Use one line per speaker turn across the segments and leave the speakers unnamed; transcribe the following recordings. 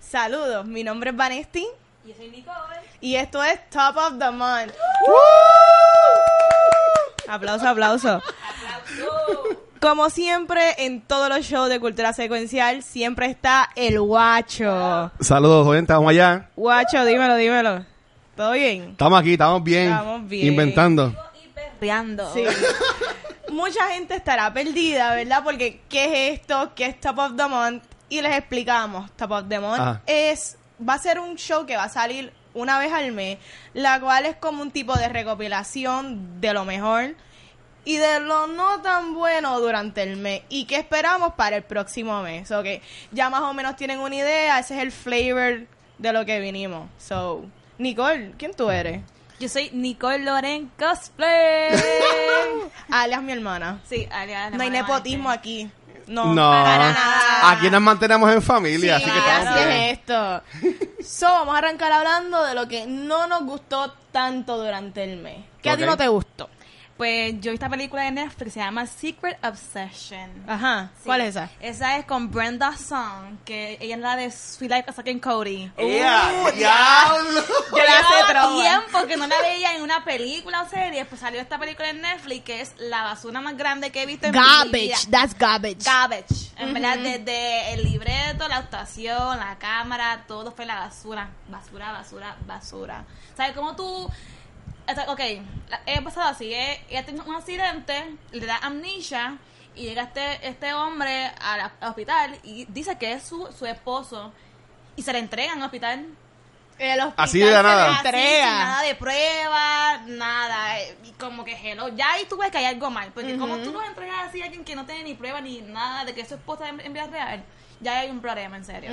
Saludos, mi nombre es Vanesti
Yo soy Nicole.
y esto es Top of the Month. Aplauso, aplauso.
¡Aplauso!
Como siempre, en todos los shows de cultura secuencial, siempre está el guacho.
Saludos, gente, estamos allá.
Guacho, dímelo, dímelo. ¿Todo bien?
Estamos aquí, estamos bien.
Estamos bien.
Inventando.
y perreando.
Sí. Mucha gente estará perdida, ¿verdad? Porque ¿qué es esto? ¿Qué es Top of the Month? Y les explicamos. Top of the Month
Ajá.
es va a ser un show que va a salir una vez al mes, la cual es como un tipo de recopilación de lo mejor y de lo no tan bueno durante el mes y qué esperamos para el próximo mes. So que ya más o menos tienen una idea, ese es el flavor de lo que vinimos. So, Nicole, ¿quién tú eres?
Yo soy Nicole Loren Cosplay.
Alias mi hermana.
sí, alias. la
No hay
mala
nepotismo
madre.
aquí. No.
No,
para nada.
aquí nos mantenemos en familia,
Sí,
así que
así
estamos bien.
es esto. So, vamos a arrancar hablando de lo que no nos gustó tanto durante el mes. ¿Qué a ti
Ok.
no te gustó?
Pues yo vi esta película de Netflix se llama Secret Obsession.
Ajá.
Sí.
Ah, ¿Cuál es esa?
Esa es con Brenda Song, que ella es la de Sweet Life of Zack and Cody.
¡Ea! ¡Diablo!
Uh, Yo la sé,
Llevaba
trova.
tiempo que no la veía en una película o serie, pues salió esta película en Netflix que es la basura más grande que he visto en mi vida.
that's garbage.
Garbage. En verdad, desde el libreto, la actuación, la cámara, todo fue la basura. Basura, basura, basura. ¿Sabes cómo tú.? o sea, Ok, la- he pasado así: eh, ella tiene un accidente, le da amnesia y llega este, este hombre al a- al hospital y dice que es su, su esposo y se le entrega en el hospital.
El hospital
Así de
se
nada.
la
Así, sin
entrega.
nada de prueba, nada. eh, y Como que hello. Ya ahí tú ves que hay algo mal. Porque como tú vas a entregar así a alguien que no tiene ni prueba ni nada de que es su esposa en, en vida real, ya hay un problema, en serio.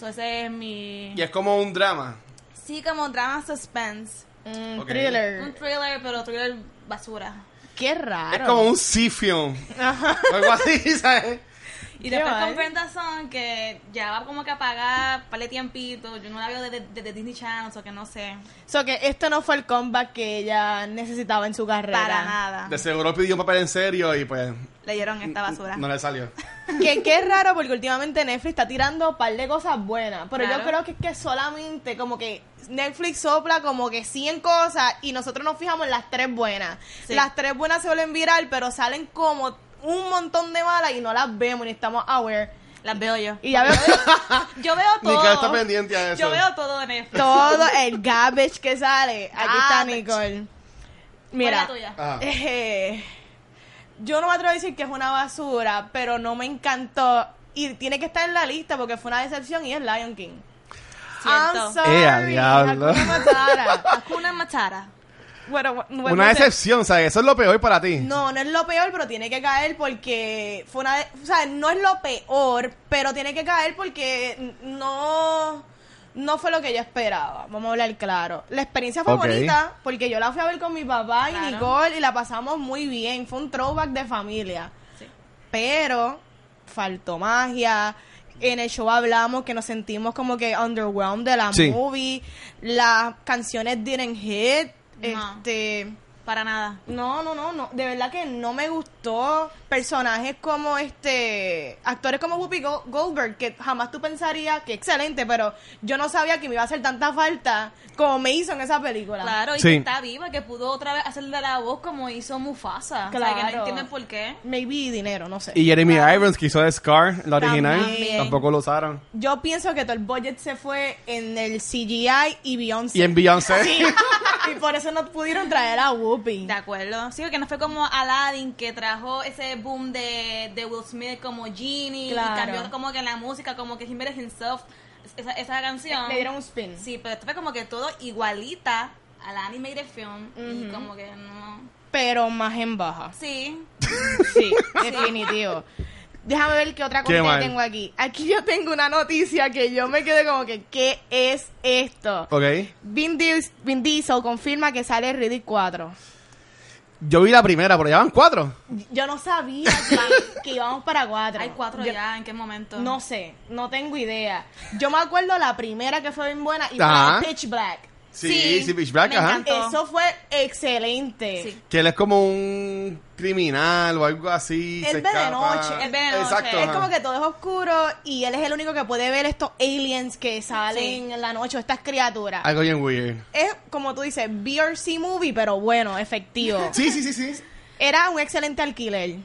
So, ese es mi.
Y es como un drama.
Sí, como un drama suspense.
Mm,
Ok.
Un
Thriller.
thriller, pero thriller basura.
Qué raro.
Es como un sifion. Algo así, ¿sabes?
Y
Qué
después
mal.
con Brenda Song, que ya va como que a pagar par de tiempito. Yo no la veo desde desde Disney Channel, o que no sé.
So que esto no fue el comeback que ella necesitaba en su carrera.
Para
Ah.
nada.
De seguro pidió un papel en serio y pues
Leyeron esta basura.
no le salió.
Que, que es raro porque últimamente Netflix está tirando un par de cosas buenas. Pero yo
Claro.
creo que es que solamente como que Netflix sopla como que 100 cosas y nosotros nos fijamos en las tres buenas.
Sí.
Las tres buenas se vuelven viral, pero salen como un montón de malas y no las vemos ni estamos aware.
Las veo yo.
Y ya veo
Yo veo todo.
Nicole
Oh.
está pendiente a eso.
Yo veo todo en esto.
todo el garbage que sale. Aquí está
Garbage.
Nicole.
Mira.
Mira.
Ajá.
Eh, yo no me atrevo a decir que es una basura, pero no me encantó. Y tiene que estar en la lista porque fue una decepción y es Lion King. I'm
Siento.
sorry.
Eh, a diablo.
Hakuna Matata.
Hakuna Matata.
Bueno, bueno,
Una
bueno,
decepción, ¿sabes? Eso es lo peor para ti.
No, no es lo peor, pero tiene que caer porque fue una... de- o sea, no es lo peor, pero tiene que caer porque no... No fue lo que yo esperaba, vamos a hablar claro. La experiencia fue
Ok.
bonita porque yo la fui a ver con mi papá y
Claro.
Nicole y la pasamos muy bien. Fue un throwback de familia.
Sí.
Pero faltó magia. En el show hablamos que nos sentimos como que underwhelmed de la
Sí.
movie. Las canciones didn't hit.
No.
Este.
Para nada.
No, no, no, no. De verdad que no me gustó personajes como este. Actores como Whoopi Go- Goldberg, que jamás tú pensarías que excelente, pero yo no sabía que me iba a hacer tanta falta como me hizo en esa película.
Claro, y
Sí.
que está viva, que pudo otra vez hacerle la voz como hizo Mufasa. O sea, que
Claro.
no entienden por qué.
Maybe dinero, no sé.
Y Jeremy Irons, que hizo de Scar, la original,
También.
tampoco lo usaron.
Yo pienso que todo el budget se fue en el CGI y Beyoncé.
Y en
Ah,
Beyoncé.
y por eso no pudieron traer a Whoopi.
De acuerdo. Sí, que no fue como Aladdin que trajo ese boom de, de Will Smith como Genie
Claro.
y cambió como que la música, como que Jiménez himself, esa, esa canción.
Le dieron un spin.
Sí, pero esto fue como que todo igualita al anime de film y como que no.
Pero más en baja.
Sí,
Sí, definitivo. Déjame ver qué otra
Qué
cosa yo
mal.
tengo aquí. Aquí yo tengo una noticia que yo me quedé como que, ¿qué es esto?
ok.
Vin, Dis- Vin Diesel confirma que sale Riddick 4.
Yo vi la primera, pero ya van cuatro.
Yo no sabía que, que íbamos para 4.
hay cuatro ya, ¿en qué momento?
No sé, no tengo idea. Yo me acuerdo la primera que fue bien buena y fue
Ajá.
la de Pitch Black.
Sí,
Sí,
sí, Pitch Black,
me
ajá.
encantó.
Eso fue excelente.
Sí.
Que él es como un criminal o algo así.
Él
se
ve de
escapa.
noche.
Él ve de noche.
Exacto.
Es
ajá.
como que todo es oscuro y él es el único que puede ver estos aliens que salen
Sí.
en la noche, o estas criaturas.
Algo bien weird.
Es como tú dices, BRC movie, pero bueno, efectivo.
Sí, sí, sí, sí.
Era un excelente alquiler.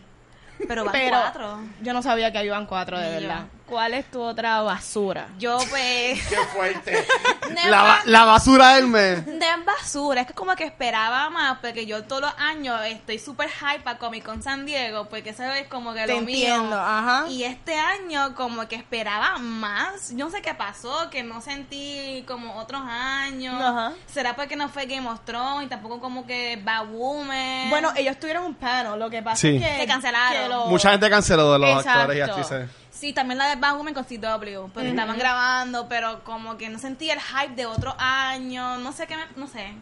Pero van
pero
cuatro.
yo no sabía que habían cuatro, de
Ni yo.
verdad. ¿Cuál es tu otra basura?
Yo pues...
Qué fuerte.
de
la, ba- la basura del mes.
De basura, es que como que esperaba más, porque yo todos los años estoy súper hype para Comic Con San Diego, porque eso es como que
Te
lo
entiendo,
mío.
ajá.
Y este año como que esperaba más, yo no sé qué pasó, que no sentí como otros años.
Ajá.
¿Será porque no fue Game of Thrones y tampoco como que Bad Woman?
Eh. Bueno, ellos tuvieron un panel, lo que pasa
Sí.
es que...
Se cancelaron.
que lo-
Mucha gente canceló de los
Exacto.
actores y actrices.
Sí, también la de Batwoman con CW, porque estaban grabando, pero como que no sentí el hype de otro año, no sé qué, me- no sé.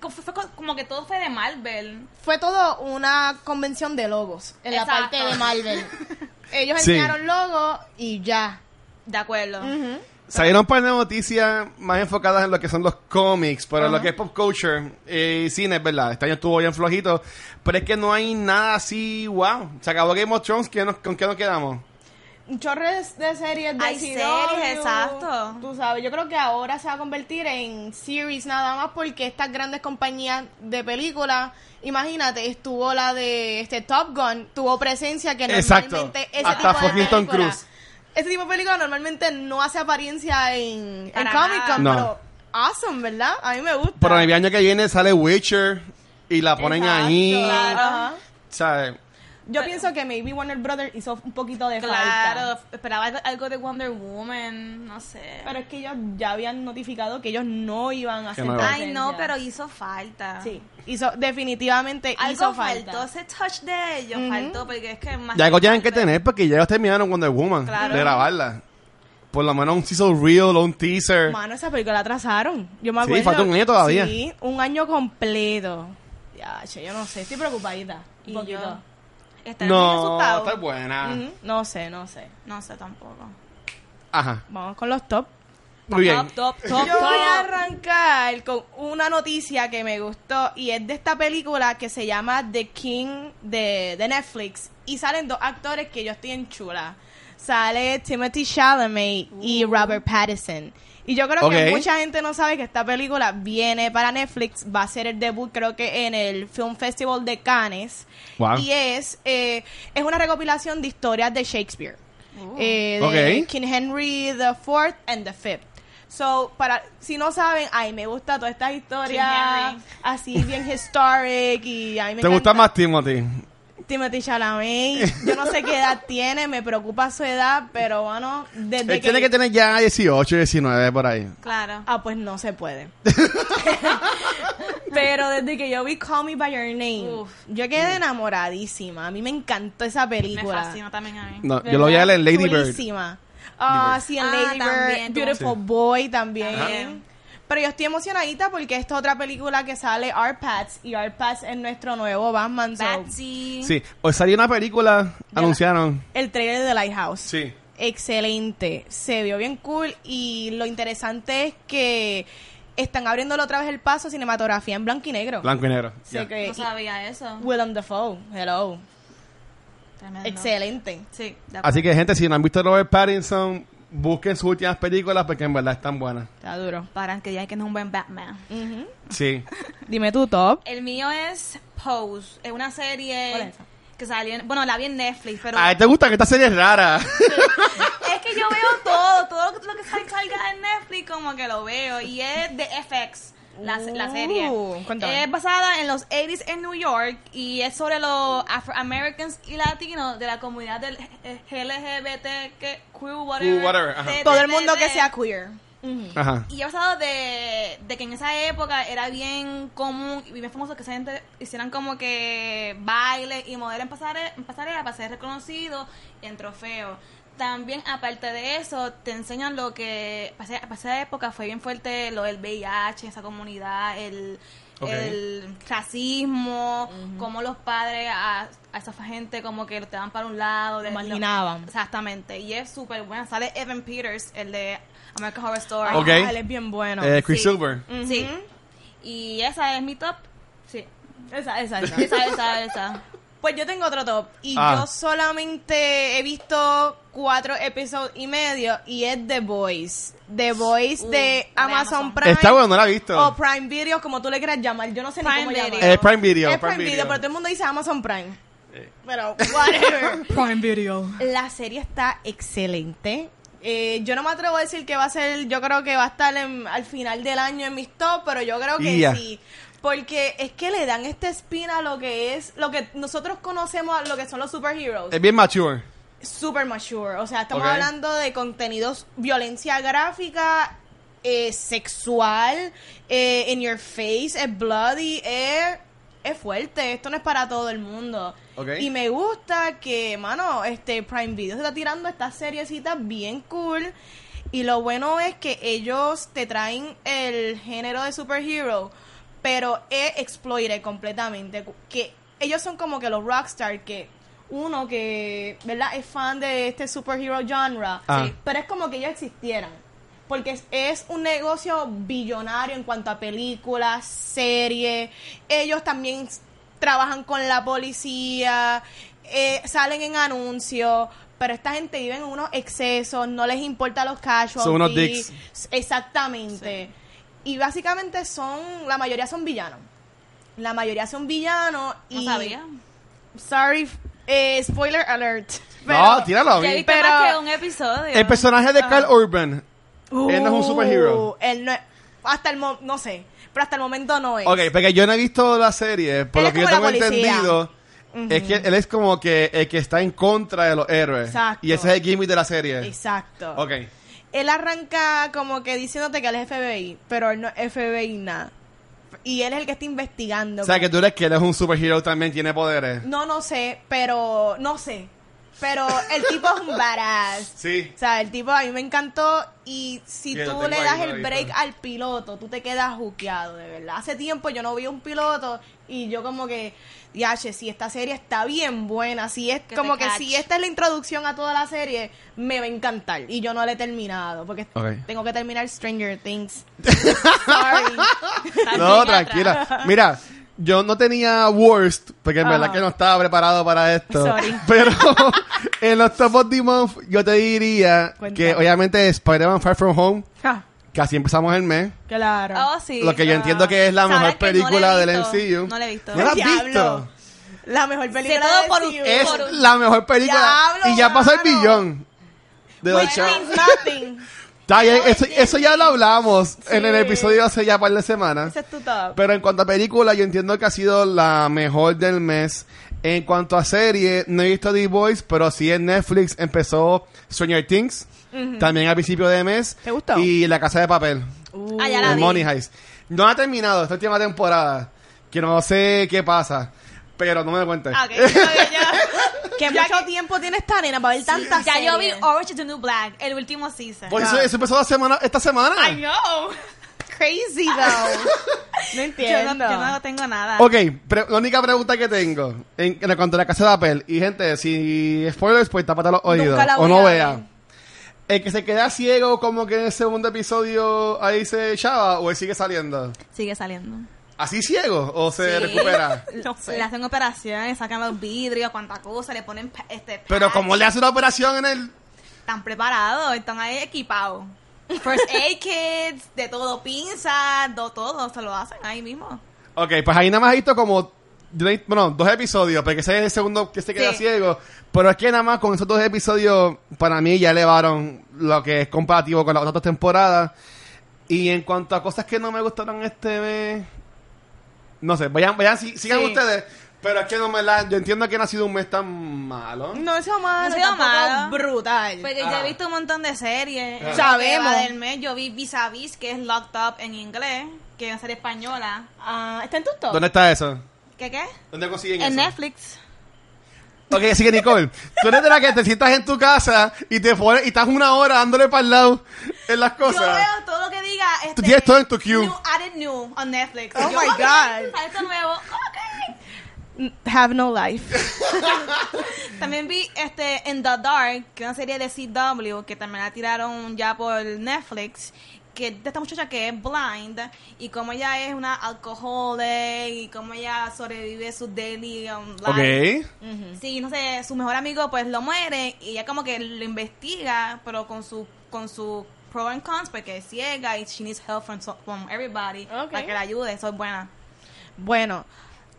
Como, fue- fue co- como que todo fue de Marvel.
Fue todo una convención de logos en la
Exacto.
parte de Marvel. ellos
Sí.
enseñaron logos y ya.
De acuerdo.
Salieron un par de noticias más enfocadas en lo que son los cómics, pero en lo que es pop culture eh, y cine, es verdad. Este año estuvo bien flojito, pero es que no hay nada así, wow. Se acabó Game of Thrones, ¿qué nos- ¿con qué nos quedamos?
Un chorro de, de series de
Hay
CW,
series, exacto.
Tú sabes, yo creo que ahora se va a convertir en series nada más porque estas grandes compañías de películas, imagínate, estuvo la de este Top Gun, tuvo presencia que
Exacto.
normalmente ese tipo
Hasta
de
fucking Tom
película-
Cruise.
Ese tipo de película normalmente no hace apariencia en, en
Para
Comic Con,
nada.
pero awesome, ¿verdad? A mí me gusta.
Pero el año que viene sale Witcher y la ponen
Exacto,
ahí.
claro.
Ajá.
¿sabes?
Yo
Pero-
pienso que maybe Warner Brothers hizo un poquito de falta.
Claro, esperaba algo, algo de Wonder Woman, no sé.
Pero es que ellos ya habían notificado que ellos no iban a hacer
no iban.
Ay, no,
presencia.
pero hizo falta.
Sí, hizo, definitivamente hizo
Ah. Algo
falta.
faltó, ese touch de ellos
Ujú.
faltó, porque es que más...
Ya algo tienen que
Marvel-
tener porque ya ellos terminaron Wonder Woman
Claro.
de grabarla. Por lo menos un teaser reel o un teaser.
Mano, esa película la atrasaron. Yo me
Sí,
acuerdo.
falta un año todavía.
Sí, un año completo. Ya, che, yo no sé, estoy preocupadita. Un
Y
poquito.
yo, estar bien
No,
asustado.
está buena.
Ujú, No sé, no sé.
No sé tampoco.
Ajá,
Vamos con los top.
muy bien.
Top, top, top.
Yo voy a
top.
arrancar con una noticia que me gustó y es de esta película que se llama The King de, de Netflix y salen dos actores que yo estoy en chula. Sale Timothy Chalamet y Robert Pattinson. Y yo creo
Uh. Ok.
que mucha gente no sabe que esta película viene para Netflix, va a ser el debut creo que en el Film Festival de Cannes
Wow.
y es eh, es una recopilación de historias de Shakespeare. Eh, de
Ok.
King Henry the Fourth and the Fifth. So, para si no saben, ay, me gusta toda esta historia
Henry.
así bien historic y ay, me
¿Te gusta
encanta.
más Timothy?
Timothy Chalamet? Yo no sé qué edad tiene, me preocupa su edad, pero bueno, desde
Él tiene que tener ya 18, 19 por ahí.
Claro.
Ah, pues no se puede. Pero desde que yo vi Call Me By Your Name,
Uf.
yo quedé enamoradísima. A mí me encantó esa
Me
película.
fascina también a mí.
No, yo lo vi a él en Lady Bird.
Chulísima. Ah,
Bird.
sí, en
Ah,
Lady
también,
Bird.
tuvo-
Beautiful
Sí.
Boy también.
También.
Pero yo estoy emocionadita porque esta es otra película que sale, Our Pats, y Our Pats es nuestro nuevo Batman. so,
Batsy.
Sí, hoy salió una película,
la-
anunciaron.
el trailer de Lighthouse.
Sí.
Excelente. Se vio bien cool y lo interesante es que están abriéndole otra vez el paso a cinematografía en blanco y negro.
Blanco y negro.
Sé
ya.
que-
No sabía eso.
Willem Dafoe, hello.
Tremendo.
Excelente.
Sí, de acuerdo.
Así que, gente, si no han visto Robert Pattinson, busquen sus últimas películas porque en verdad están buenas.
Está duro.
Para que ya que no es un buen Batman.
Ujú.
Sí.
Dime tu top.
El mío es Pose. Es una
¿Cuál
serie
es esa?
que salió. en- bueno, la vi en Netflix, pero.
A él Ah, te gusta que esta serie es rara.
Es que yo veo todo. Todo lo que, lo que sal- salga en Netflix, como que lo veo. Y es de FX. La, se- la serie
Uh, cuéntame.
es basada en los 80s en New York y es sobre los Afro-Americans y latinos de la comunidad del LGBTQ, whatever.
Uh, whatever, ajá.
T,
Todo
T,
el mundo
T,
que
T.
sea queer. Ujú.
Ajá.
Y he pasado de, de que en esa época era bien común y bien famoso que esa gente hicieran como que baile y modelo en pasarela, en pasarela para ser reconocido en trofeo. También, aparte de eso, te enseñan lo que para esa- para esa época fue bien fuerte lo del VIH en esa comunidad, el,
Ok.
el racismo, cómo los padres a, a esa gente como que te dan para un lado.
Lo
de-
marginaban.
Exactamente. Y es súper buena. Sale Evan Peters, el de American Horror Story.
Ah,
Ok.
él es bien bueno.
Eh, Quicksilver.
Ujú.
Sí. Y esa es mi top. Sí.
Esa, esa, esa.
Esa, esa, esa.
Pues yo tengo otro top y
Ah.
yo solamente he visto cuatro episodios y medio y es The Voice. The Voice
Uh,
de
de
Amazon
Amazon.
Prime.
Está bueno, no la he visto.
O Prime Video, como tú le quieras llamar. Yo no sé ni
Prime
cómo
Video.
llamarlo.
Eh, Prime Video.
es Prime Video, pero todo el mundo dice Amazon Prime. Pero, whatever.
Prime Video.
La serie está excelente. Eh, yo no me atrevo a decir que va a ser, yo creo que va a estar en- al final del año en mis top, pero yo creo que
Ya.
sí. Porque es que le dan esta espina a lo que es, lo que nosotros conocemos, a lo que son los superheroes.
Es bien mature.
Super mature. O sea, estamos
Ok.
hablando de contenidos, violencia gráfica, eh, sexual, eh, in your face, es bloody, es, es fuerte. Esto no es para todo el mundo.
Ok.
Y me gusta que, mano, este Prime Video se está tirando estas seriecitas bien cool. Y lo bueno es que ellos te traen el género de superhero, pero es exploited completamente. Que ellos son como que los rockstar, que uno que, ¿verdad? Es fan de este superhero genre.
Ah.
Sí. Pero es como que ellos existieran. Porque es, es un negocio billonario en cuanto a películas, series. Ellos también s- trabajan con la policía, eh, salen en anuncios. Pero esta gente vive en unos excesos, no les importa los casualties.
Son unos dicks.
S- Exactamente. Y básicamente son, la mayoría son villanos. La mayoría son villanos y...
No sabía.
Sorry, f- eh, spoiler alert.
No, tíralo.
Ya he visto
pero-
más que un episodio.
El personaje de Carl
Ah.
Urban. Él no es un
Uh,
superhero.
Él no es- hasta el mo- no sé, pero hasta el momento no es.
Ok, porque yo no he visto la serie. Por
Él
lo
es
que yo
como
tengo
la policía.
entendido, es que él es como que el que está en contra de los héroes.
Exacto.
Y ese es el gimmick de la serie.
Exacto.
Ok.
Él arranca como que diciéndote que él es FBI, pero él no es FBI nada. Y él es el que está investigando.
O sea, que tú eres que él es un superhero también, tiene poderes.
No, no sé, pero no sé. Pero el tipo es un badass.
Sí.
O sea, el tipo a mí me encantó y si
Sí, lo
tú
tengo
le
ahí,
das
lo he
el
visto.
break al piloto, tú te quedas juqueado, de verdad. Hace tiempo yo no vi un piloto y yo como que, yache, si esta serie está bien buena, si es
Que te
como que si
catch.
esta es la introducción a toda la serie, me va a encantar. Y yo no la he terminado porque
Ok.
tengo que terminar Stranger Things. Sorry.
Está
No,
bien
tranquila. Mira, yo no tenía worst, porque en
Ajá.
verdad que no estaba preparado para esto.
Ah. Sorry.
Pero en los top of the month, yo te diría
Cuéntame.
que obviamente Spider-Man Far From Home,
Ja,
casi empezamos el mes.
claro.
atrás. Oh, sí.
lo que yo
Ah.
entiendo que es la
Saben
mejor
que no la he
película del
visto.
MCU.
No la he visto.
¿No la has
Diablo.
visto?
La mejor película
todo
de
por
MCU.
usted.
Es
Por un-
la mejor película.
Diablo,
y ya pasó el
mano.
billón. De los
Which
chavos.
means nothing.
Está bien, eso, eso ya lo hablamos en el episodio hace ya par de semanas.
Ese es tu top.
Pero en cuanto a película, yo entiendo que ha sido la mejor del mes. En cuanto a serie, no he visto The Boys, pero sí en Netflix empezó Stranger Things, también al principio de mes.
¿Te gustó?
Y La Casa de Papel,
Uh.
Ah, ya la
el
vi.
Money Heist. No ha terminado esta última temporada, que no sé qué pasa, pero no me cuentes.
Ah, ok. Ok, ya.
Que mucho tiempo tiene esta nena para ver tantas
Ya yo vi
series.
Orange is the New Black, el último season.
Pues eso, eso empezó la semana, esta semana.
I know.
Crazy though. no
Yo
entiendo.
no, yo no tengo
Ah.
nada.
Ok, pre- la única pregunta que tengo en, en cuanto a la casa de papel, y gente, si spoilers, pues tápate los oídos
Nunca la
o
voy
no
a
vea.
ver.
¿El que se queda ciego como que en el segundo episodio ahí se echaba o él sigue saliendo?
Sigue saliendo.
¿Así ciego o se
Sí.
recupera?
No sé.
Le hacen operaciones, sacan los vidrios, cuánta cosa, le ponen pa- este
Pero
patch.
como le hace una operación en el...
Están preparados, están ahí equipados. First aid kits, de todo, pinzas, do- todo, se lo hacen ahí mismo.
Ok, pues ahí nada más he visto como... Bueno, dos episodios, porque ese es el segundo que se queda
Sí.
ciego. Pero es que nada más con esos dos episodios, para mí ya elevaron lo que es comparativo con las otras temporadas. Y en cuanto a cosas que no me gustaron este mes... No sé, vayan, vayan, sí- sigan
Sí.
ustedes. Pero es que no me la... Yo entiendo que no ha sido un mes tan malo.
No ha sido malo,
No ha sido
tampoco
malo.
brutal.
Porque Pues yo
Ah.
he visto un montón de series.
Ah.
Sabemos.
Lo que va del mes, yo vi Vis a Vis, que es Locked Up en inglés, que es una serie española.
Ah, ¿Está en tu top?
¿Dónde está eso?
¿Qué qué?
¿Dónde consiguen
En
eso?
Netflix.
Ok, así que Nicole, tú eres de la que te sientas en tu casa y te pones y estás una hora dándole para el lado en las
Yo
cosas.
veo todo lo que diga. Este,
Tú tienes todo en tu queue.
New, added new on Netflix.
Oh my
Y "Ok,
God."
Esto nuevo. Ok.
Have no life.
También vi este en The Dark, que es una serie de CW, que también la tiraron ya por Netflix, que de esta muchacha que es blind y como ella es una alcoholic y como ella sobrevive su daily um, life.
Ok.
Sí, no sé, su mejor amigo pues lo muere y ella como que lo investiga, pero con su con su pro and cons porque es ciega y she needs help from, so- from everybody
Ok.
para que la ayude, eso es buena.
Bueno,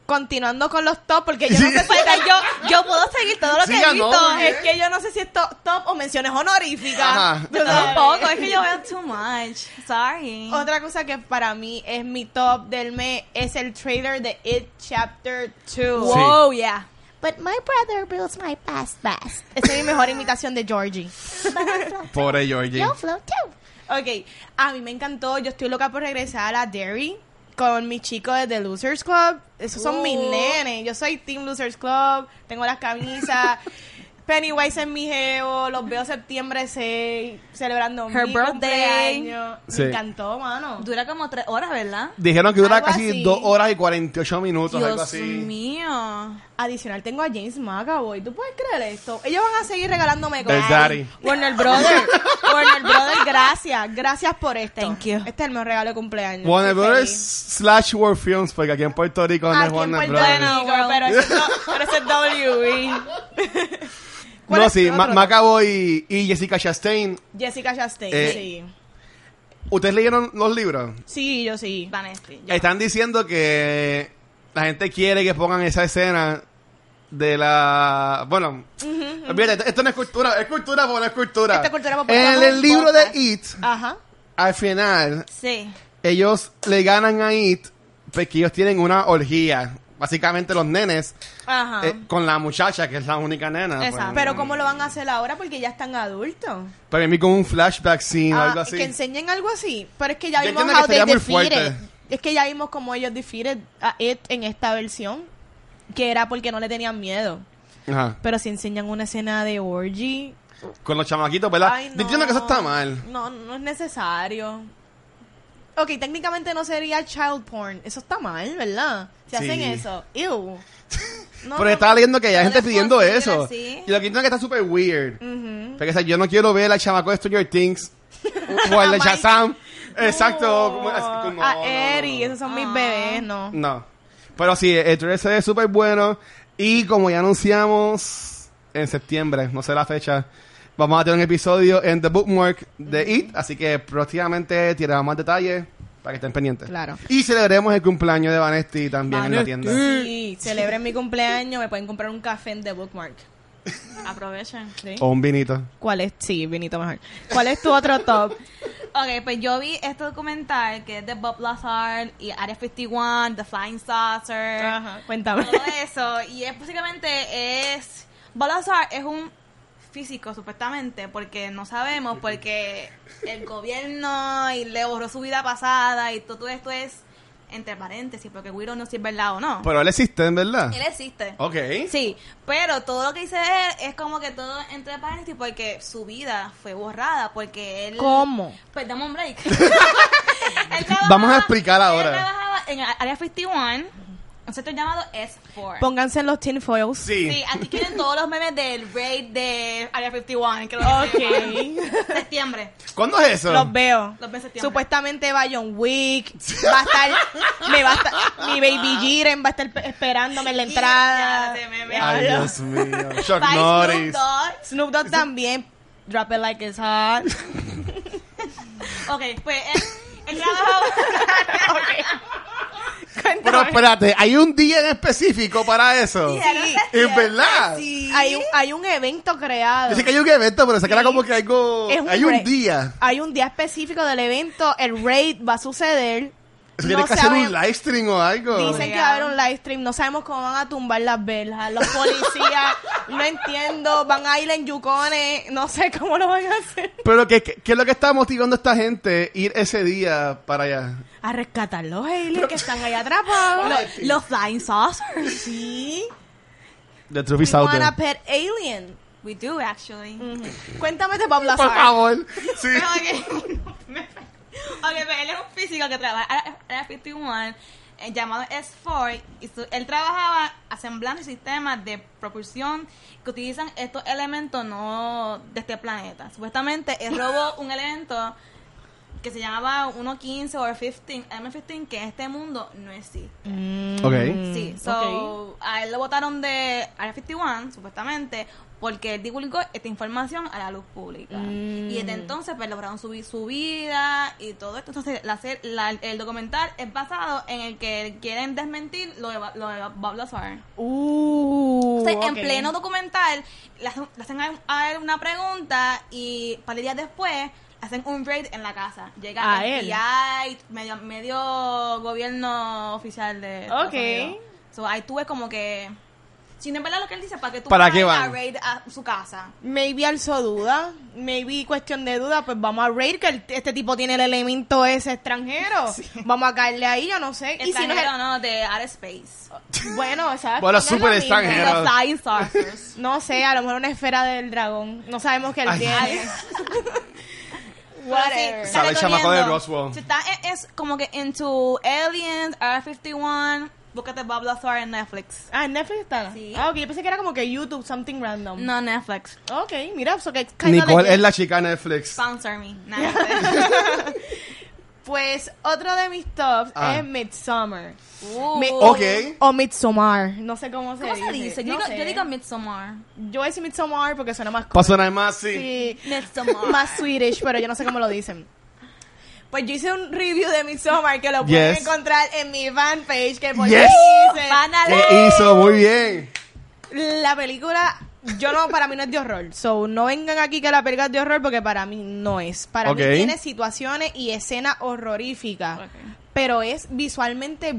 continuando con los top, porque yo no sé si
Pues, o sea, yo yo puedo seguir todo lo que
Sí,
he
ya no,
visto.
muy bien.
es que yo no sé si es to- top o menciones honoríficas.
Ajá.
Tú
Yo
sabes.
tampoco, es que yo veo too much. Sorry.
Otra cosa que para mí es mi top del mes es el trailer de It Chapter 2.
Wow, yeah.
But my brother builds my fast best.
Esa es mi mejor imitación de Georgie.
Pobre Georgie.
You'll float too.
Ok, a mí me encantó. Yo estoy loca por regresar a Derry con mis chicos de The Losers Club. Esos son mis
Oh.
nenes. Yo soy Team Losers Club. Tengo las camisas. Pennywise es mi geo. Los veo septiembre 6 celebrando
Her
mi
birthday.
cumpleaños.
Sí.
Me encantó, mano.
Dura como tres horas, ¿verdad?
Dijeron que dura
Algo
casi
así.
2 horas y 48 minutos, algo
Dios
así.
mío.
Adicional, tengo a James McAvoy. ¿Tú puedes creer esto? Ellos van a seguir regalándome cosas.
daddy.
Warner Brothers. Warner Brothers, gracias. Gracias por esto.
Thank you.
Este es el mejor regalo de cumpleaños.
Warner
Estoy
Brothers
feliz.
slash World Films, porque aquí en Puerto Rico no es
Aquí en
Warner
Puerto
Brothers.
Rico,
World.
pero ese es, do- pero ese es E. WB. ¿Cuál
No,
es
sí,
el
Ma-
otro?
McAvoy y, y Jessica Chastain.
Jessica Chastain,
Eh,
sí.
¿Ustedes leyeron los libros?
Sí, yo sí.
Vanesti. yo.
Están diciendo que la gente quiere que pongan esa escena de la... Bueno, olvídate, esto- esto no es cultura, es cultura porque no es cultura.
Esta es cultura porque
en
estamos
el
en
libro
podcast.
de It,
Ajá.
al final,
Sí.
ellos le ganan a It porque ellos tienen una orgía. Básicamente los nenes
Ajá.
eh, con la muchacha que es la única nena. pues.
Ah.
Exacto.
pero ¿cómo lo van a hacer ahora? Porque ya están adultos.
Para mí con un flashback scene o
Ah,
algo así.
Que enseñen algo así. Pero es que ya
Yo
vimos
entiendo que
how they
sería muy
defeated.
fuerte.
Es que ya vimos cómo ellos defeated a It en esta versión. Que era porque no le tenían miedo.
Ajá.
Pero si enseñan una escena de orgy...
Con los chamaquitos, ¿verdad?
Ay,
Yo Entiendo que eso está mal.
No, no es necesario. Ok, técnicamente no sería child porn. Eso está mal, ¿verdad? Si
Sí.
hacen eso. Ew. No,
Pero
no,
estaba leyendo que hay
no
gente
le puedo
pidiendo
seguir
eso.
así.
Y lo que entiendo es que está súper weird.
Ujú.
Porque o sea, yo no quiero ver al chamaco de Stranger Things o al de
Mike.
Shazam. Exacto.
No,
como- así, como- no,
a
no, no,
Eri,
no.
esos son mis
Ah.
bebés, no.
No. Pero sí, el trailer se ve súper bueno. Y como ya anunciamos en septiembre, no sé la fecha, vamos a tener un episodio en The Bookmark de It. Así que próximamente tiramos más detalles para que estén pendientes.
Claro.
Y celebremos el cumpleaños de Vanesti también en la tienda.
Sí, celebren mi cumpleaños, me pueden comprar un café en The Bookmark.
Aprovechen.
¿sí?
O un vinito.
¿Cuál es? Sí, vinito mejor. ¿Cuál es tu otro top?
Ok, pues yo vi este documental que es de Bob Lazar y Area 51, The Flying Saucer.
Ajá, cuéntame.
Todo eso. Y es básicamente es. Balazar es un físico, supuestamente, porque no sabemos, porque el gobierno y le borró su vida pasada y todo esto es entre paréntesis, porque Wiro no sé si es verdad o no.
Pero él existe, en verdad.
Él existe.
Ok.
Sí, pero todo lo que dice él es como que todo entre paréntesis porque su vida fue borrada, porque él...
¿Cómo?
Pues dame un break. Él trabajaba-
Vamos a explicar ahora.
Él trabajaba en Área 51, un sector llamado S4.
Pónganse en los tinfoils.
Sí.
Sí, aquí tienen todos los memes del raid de Área 51, que lo
Ok.
septiembre.
¿Cuándo es eso?
Los veo.
Los veo en septiembre.
Supuestamente va John Wick. Va a estar. me va a estar mi baby Jiren va a estar pe- esperándome en la
Y-
entrada.
Ah. ya, se me- me-
Ay,
Ya.
Dios mío. Chuck
Bye,
Norris.
Snoop
Snoop Dogg también. Drop it like it's hot.
Dogg. Ok, pues él, él trabajaba...
Pero espérate, ¿hay un día en específico para eso?
Sí, era un
¿Es
festival.
verdad?
Sí.
Hay un, hay un evento creado.
Yo sé que hay un evento, pero se queda como que algo...
Es un
hay un
break.
día.
Hay un día específico del evento. El raid va a suceder.
Se tiene
No
que hacer un
sabe-
live stream o algo.
Dicen que va a haber un live stream, no sabemos cómo van a tumbar las velas, los policías, no entiendo, van a ir en yucones, no sé cómo lo van a hacer.
Pero ¿qué, qué, qué es lo que está motivando a esta gente ir ese día para allá?
A rescatar los aliens que están ahí atrapados.
Los, los Flying Saucers.
sí.
The
We
truth is out
want a
there.
pet alien.
We do, actually.
Cuéntame de Bob Lazar.
Por favor. Sí.
Ok, ok, pues él es un físico que trabaja en la 51 eh, llamado S4, y su- él trabajaba asemblando sistemas de propulsión que utilizan estos elementos no de este planeta. Supuestamente él robó un elemento que se llamaba 1.15 o 15, M15, que en este mundo no existe.
Mm.
Ok.
Sí, so, a él lo votaron de Area 51, supuestamente, porque él divulgó esta información a la luz pública. Y desde entonces, pues, lograron subir su vida y todo esto. Entonces, la, ser- la- el documental es basado en el que quieren desmentir lo de, Ba- lo de Bob Lazar.
Uh,
O sea, en
ok.
pleno documental, le hacen, le hacen a él- a él una pregunta y un par de días después hacen un raid en la casa. Llega
A él.
el FBI, medio, medio gobierno oficial de Estados
Ok.
Unidos. So, ahí tuve como que... Si no es verdad lo que él dice, ¿para qué tú
¿Para
vas
qué
a ir
van?
a raid a su casa?
Maybe alzó duda, maybe cuestión de duda, pues vamos a raid que el- este tipo tiene el elemento ese extranjero. Vamos a caerle ahí, yo no sé.
Extranjero,
es el-
¿no? De Outer Space.
Bueno, exacto. no
Bueno,
es lo
súper
mismo.
De
extranjero.
los Flying Saucers.
No sé, a lo mejor una esfera del dragón. No sabemos qué él
Ay.
tiene.
Whatever.
Whatever.
Sabe el chamaco de Roswell.
Si está, es, es como que into Aliens, Area 51, búscate Bob Lazar en Netflix.
Ah, en Netflix está.
Sí.
Ah, ok, yo pensé que era como que YouTube, something random.
No, Netflix.
Ok, mira, eso que es kinda
Nicole
legit.
es la chica de Netflix.
Sponsor me. Netflix.
Pues otro de mis tops
Ah.
es Midsummer.
Uh.
Mi-
Ok.
O Midsommar. No sé cómo se
¿Cómo
dice.
se dice? Yo,
No
digo,
sé.
yo digo Midsommar.
Yo voy a decir Midsommar porque suena más
Pasó nada más, sí.
Sí.
Midsommar.
más Swedish, pero yo no sé cómo lo dicen. Pues yo hice un review de Midsommar que lo pueden
Yes.
encontrar en mi fanpage que por
Yes.
ahí dice-
Van a
¿Qué
la-
hizo? Muy bien.
La película, yo no, para mí no es de horror. So, no vengan aquí que la película es de horror porque para mí no es. Para
Ok.
mí tiene situaciones y escenas horroríficas.
Ok.
Pero es visualmente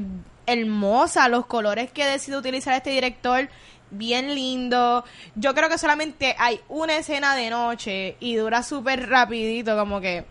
hermosa. Los colores que decide utilizar este director, bien lindo. Yo creo que solamente hay una escena de noche y dura súper rapidito, como que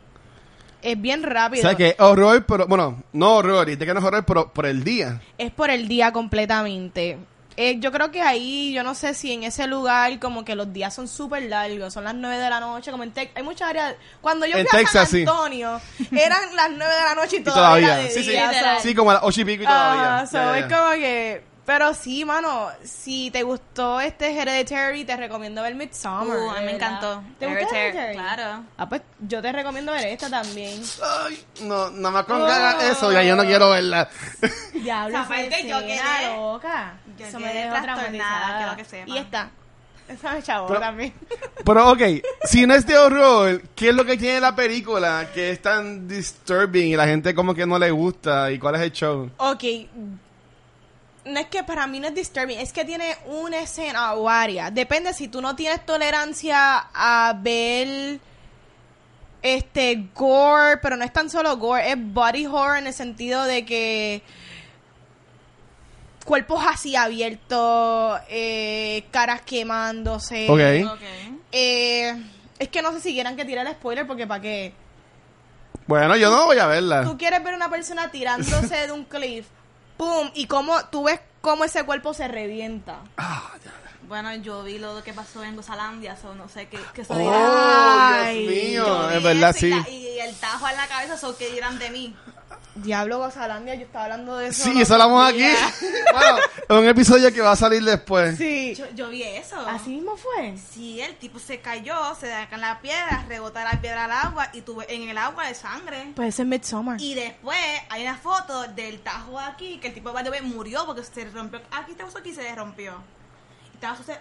es bien rápido.
¿Sabes qué? Horror, pero. Bueno, no horror. Y te que no es horror, pero por el día.
es por el día completamente. Eh, yo creo que ahí, yo no sé si en ese lugar como que los días son súper largos, son las 9 de la noche, como en Texas, hay muchas áreas, cuando yo
En
fui a
Texas, sí.
San Antonio, eran las 9 de la noche y
Y
todavía,
todavía.
era de
sí, sí.
día, so-
Sí, como a las ocho y pico y todavía.
Ajá, so
Ya, ya,
es
ya.
como que, pero sí, mano, si te gustó este Hereditary, te recomiendo ver Midsommar.
Uh, a mí
de verdad.
me encantó.
¿Te gustó
Hereditary,
Hereditary?
claro.
Ah, pues yo te recomiendo ver esta también.
Ay, no, nada más con
Ah.
ganas eso. Ya yo no quiero verla.
Diablo,
O sea,
esa
aparte yo
escena
quedé-
loca.
yo
Eso
quedé
me dejó
trastornada,
traumatizada.
quiero que sepa.
Y está. Esa me chavó
Pero-
también.
Pero ok, si no es de horror, ¿qué es lo que tiene la película que es tan disturbing y la gente como que no le gusta? ¿Y cuál es el show?
Ok. No es que para mí no es disturbing, es que tiene una escena o área. Depende si tú no tienes tolerancia a ver este gore, pero no es tan solo gore, es body horror en el sentido de que cuerpos así abiertos, eh, caras quemándose.
Ok,
Ok.
Eh, es que no sé si quieran que tire el spoiler porque para qué.
bueno, yo no voy a
Tú
verla.
quieres ver una persona tirándose de un cliff, pum, y cómo tú ves cómo ese cuerpo se revienta.
Bueno, yo vi lo que pasó en Gozalandia, so no sé qué, qué se dirá.
Oh,
Ay,
Dios
Yo
mío,
vi
es verdad,
eso y
sí.
la- Y, el tajo en la cabeza, so qué dirán de mí.
Diablo Gozalandia, yo estaba hablando de eso.
Sí,
¿no?
eso hablamos aquí. Bueno, es un episodio que va a salir después.
Sí.
Yo, yo vi eso.
Así mismo fue.
Sí, el tipo se cayó, se da en la piedra, rebota la piedra al agua y tuve en el agua de sangre.
Pues ese es Midsommar.
Y después hay una foto del tajo aquí, que el tipo by the way, murió porque se rompió. Aquí está aquí y se le rompió. Y Estaba suce-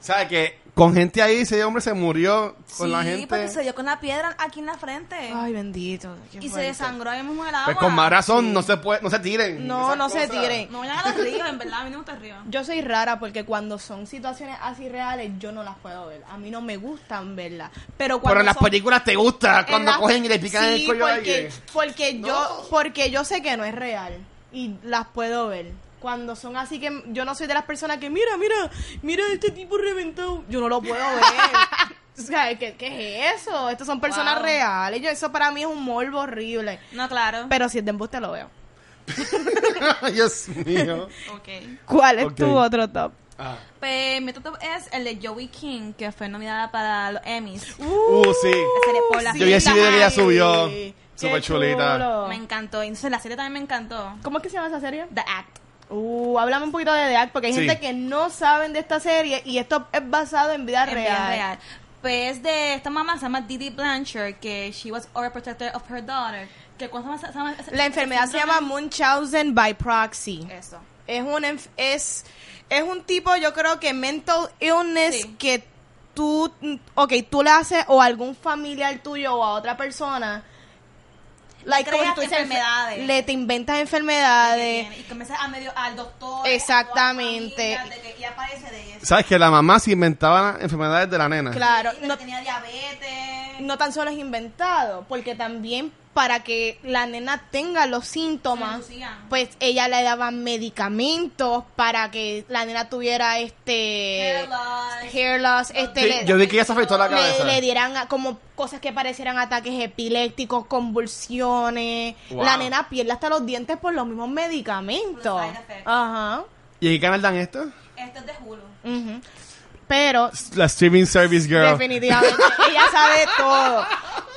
¿Sabes que Con gente ahí, ese hombre se murió con
sí,
la
porque
gente.
se dio con la piedra aquí en la frente.
Ay, bendito. qué
eh, y se
fuerte.
desangró ahí mismo en el agua.
Pues con más razón, no se puede, no se tiren.
No,
Esas
no se
cosas.
tiren.
No vayan a los ríos, en verdad, a mí no me gusta el río.
Yo soy rara porque cuando son situaciones así reales, yo no las puedo ver. A mí no me gustan verlas. Pero cuando
Pero en las
son-
películas te gusta,
en
Ah, cuando
las-
cogen y le pican
Sí,
el cuello a
porque,
alguien.
porque yo
No.
porque yo sé que no es real y las puedo ver cuando son así que yo no soy de las personas que mira mira mira este tipo reventado yo no lo puedo ver O sea, ¿qué, qué es eso? Estas son personas
Wow.
reales. Yo- eso para mí es un morbo horrible.
No, claro.
Pero si es de embuste, lo veo.
Dios mío.
Ok.
¿Cuál es
Ok.
tu otro top?
Ah.
Pues mi top es el de Joey King, que fue nominada para los Emmys.
Uh,
sí.
serie por la-
Yo vi ese video que ella subió.
Qué
Súper chulita.
chulo.
Me encantó. Entonces la serie también me encantó.
¿Cómo es que se llama esa serie?
The Act.
Uh, háblame un poquito de The Act, porque hay
Sí.
gente que no saben de esta serie y esto es basado en vida
En
real.
vida real. Pues de esta mamá se llama Didi Blanchard, que she was overprotector of her daughter. Que cuando se llama- se llama-
La enfermedad se llama Munchausen by proxy.
Eso.
Es un enf- es es un tipo, yo creo que mental illness
Sí.
que tú ok, tú le haces o a algún familiar tuyo o a otra persona
creas
como si tú dices,
enfermedades.
le te inventas
que
enfermedades.
tiene. Y comienza a medio al doctor.
Exactamente.
a todas las familias, de que- y aparece de eso.
¿Sabes que la mamá se inventaba las enfermedades de la nena?
Claro,
Y que
no,
tenía diabetes.
no tan solo es inventado, porque también para que la nena tenga los síntomas,
Se inducían.
pues ella le daba medicamentos para que la nena tuviera este
Hair loss.
hair loss, este
Sí,
le-
yo vi que ella se afectó la
le,
cabeza.
le dieran a- como cosas que parecieran ataques epilépticos, convulsiones.
Wow.
La nena pierde hasta los dientes por los mismos medicamentos.
Por los side effects.
Ajá.
¿Y en qué canal dan esto?
Esto es de Hulu.
ujú. Pero
La streaming service girl.
definitivamente ella sabe todo.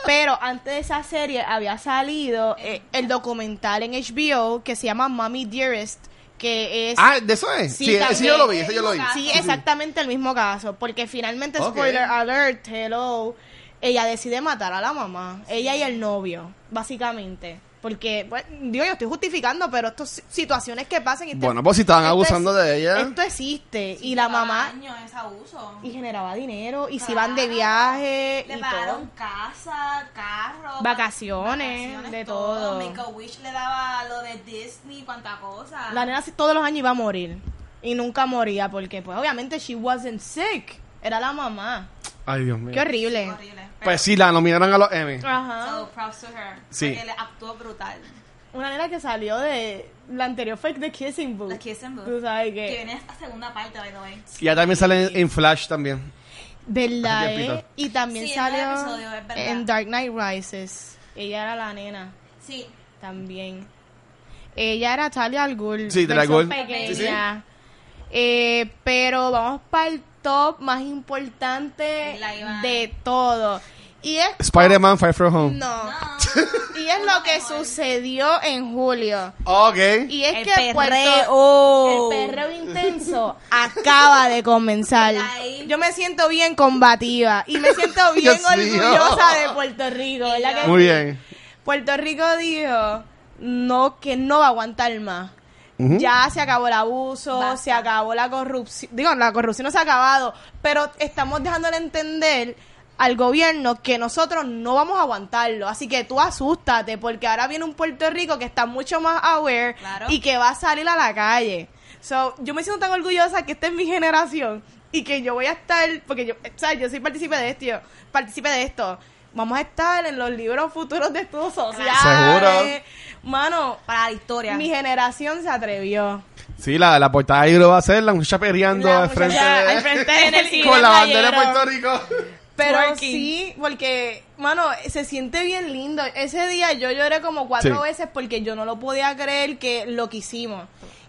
Pero antes de esa serie había salido eh, el documental en HBO que se llama Mommy Dearest, que es
Ah, ¿de eso es?
Sí,
Sí, ese
también.
yo lo vi, ese yo lo vi.
Sí, exactamente el mismo caso, porque finalmente,
Ok.
spoiler alert, hello, ella decide matar a la mamá, ella y el novio, básicamente. Porque, pues, digo, yo estoy justificando, pero estas situaciones que pasan... y este-
Bueno, pues si estaban
esto
abusando
es-
de ella.
Esto existe, y la mamá...
Años, es abuso.
Y generaba dinero, y si van de
Claro.
viaje,
Le
y
pagaron
todo.
casa, carro.
Vacaciones, de todo.
Make a Wish le daba lo de Disney, cuánta cosa.
La nena sí todos los años iba a morir, y nunca moría, porque, pues, obviamente, she wasn't sick, era la mamá.
Ay, Dios mío.
Qué horrible. Ah,
Horrible. pero-
Pues sí, la nominaron a los Emmy.
Ajá.
So props to her.
Sí.
Porque le actuó brutal.
Una nena que salió de. La anterior fue The Kissing Booth.
La Kissing Booth.
Tú sabes
Que
que.
viene esta segunda parte, by the way.
Y ella también sale en, en Flash también.
¿Verdad?
Hace tiempito.
eh? Y también
Sí, en
salió
el episodio, es verdad.
en Dark Knight Rises. Ella era la nena
Sí.
también. Ella era Talia al Ghul.
Sí, Talia al
versión
Ghul.
pequeña.
Sí, sí.
Eh, pero vamos para el top más importante
La Iván.
de todo. Y es.
Spider-Man Fire From Home.
No.
No.
Y es lo que sucedió en julio.
Ok.
Y es
El
que Oh. Puerto-
perreo.
el perreo intenso acaba de comenzar.
Ahí.
Yo me siento bien combativa y me siento bien
Dios
orgullosa
mío.
de Puerto Rico, ¿verdad que
yo-
Muy
sí?
bien.
Puerto Rico dijo no que no va a aguantar más.
Ujú.
Ya se acabó el abuso,
Basta.
se acabó la corrupción. Digo, la corrupción no se ha acabado, pero estamos dejándole entender al gobierno que nosotros no vamos a aguantarlo. Así que tú asústate, porque ahora viene un Puerto Rico que está mucho más aware
Claro.
y que va a salir a la calle. So, yo me siento tan orgullosa que esta es mi generación y que yo voy a estar, porque yo, ¿sabes? yo soy partícipe de esto, yo- partícipe de esto. Vamos a estar en los libros futuros de estudios sociales.
Seguro.
Mano,
Para la historia.
mi generación se atrevió.
Sí, la, la portada ahí lo va a hacer, la muchacha perreando
La
al frente
muchacha
de-
al frente de- en el cine
Con la bandera de
playero.
Puerto Rico.
Pero
Twerking.
sí, porque, mano, se siente bien lindo. Ese día yo lloré como cuatro
Sí.
veces porque yo no lo podía creer que lo que hicimos.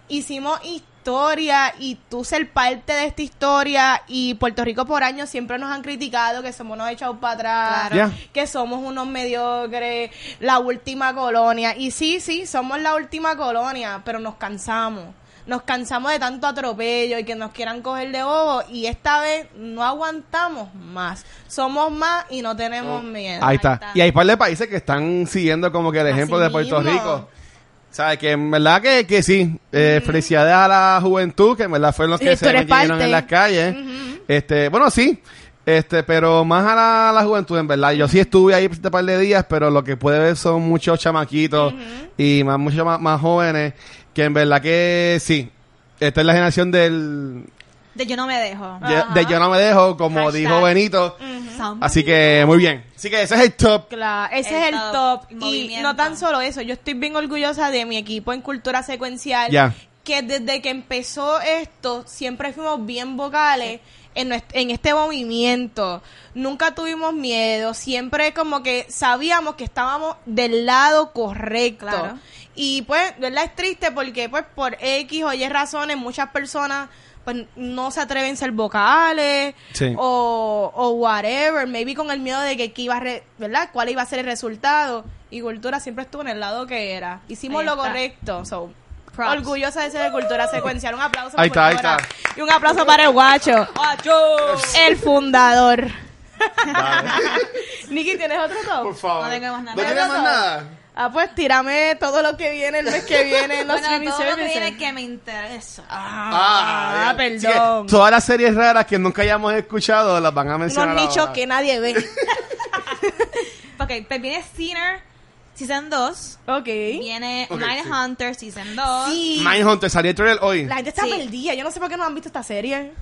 Hicimos historia y tú ser parte de esta historia y Puerto Rico por años siempre nos han criticado que somos unos echados para atrás,
Claro. Ya.
que somos unos mediocres, la última colonia. Y sí, sí, somos la última colonia, pero nos cansamos. Nos cansamos de tanto atropello y que nos quieran coger de bobo y esta vez no aguantamos más. Somos más y no tenemos miedo.
Ahí está.
está.
Y hay un par de países que están siguiendo como que el ejemplo
Así
de Puerto
mismo.
Rico. O sea, que en verdad que, que sí. Eh, Felicidades a la juventud, que en verdad fueron los
Y
que
tú
se
eres
metieron
parte.
en las calles. este Bueno, sí. este Pero más a la, la juventud, en verdad. Yo sí estuve ahí este par de días, pero lo que puede ver son muchos chamaquitos y más muchos más, más jóvenes, que en verdad que sí. Esta es la generación del...
De yo no me dejo.
de- De, yo no me dejo, como
Hashtag.
dijo Benito.
Somebody.
Así que, muy bien. Así que ese es el top.
Claro, ese
El
es el
top,
top.
el
Y
movimiento.
no tan solo eso, yo estoy bien orgullosa de mi equipo en cultura secuencial.
Ya.
Que desde que empezó esto, siempre fuimos bien vocales en, nues- en este movimiento. Nunca tuvimos miedo, siempre como que sabíamos que estábamos del lado correcto.
Claro.
Y pues, ¿verdad? Es triste porque pues por X o Y razones muchas personas pues no se atreven a ser vocales
Sí.
o, o whatever, maybe con el miedo de que qué iba a re- ¿verdad? cuál iba a ser el resultado y Cultura siempre estuvo en el lado que era. Hicimos
Ahí
lo
está.
correcto, so
Props.
orgullosa de ser de Cultura Secuencial, un aplauso
Ahí
para
está,
Cultura.
ahí está.
y un aplauso para el guacho, el fundador. Nicky, ¿tienes otro top?
Por favor.
No tengo más nada.
¿No tienes más nada?
Ah, pues tírame todo lo que viene el mes que viene en los
Bueno, todo lo que
miniservices.
viene que me interesa.
Ah,
ya. Así que
perdón.
todas las series raras que nunca hayamos escuchado las van a mencionar
Unos nichos
ahora.
que nadie ve.
Ok, pues viene Sinner Season 2.
Ok.
Viene
Ok,
Mindhunter Season 2.
Sí.
Mindhunter salió el trailer hoy.
La gente está
Sí.
perdida. Yo no sé por qué no han visto esta serie.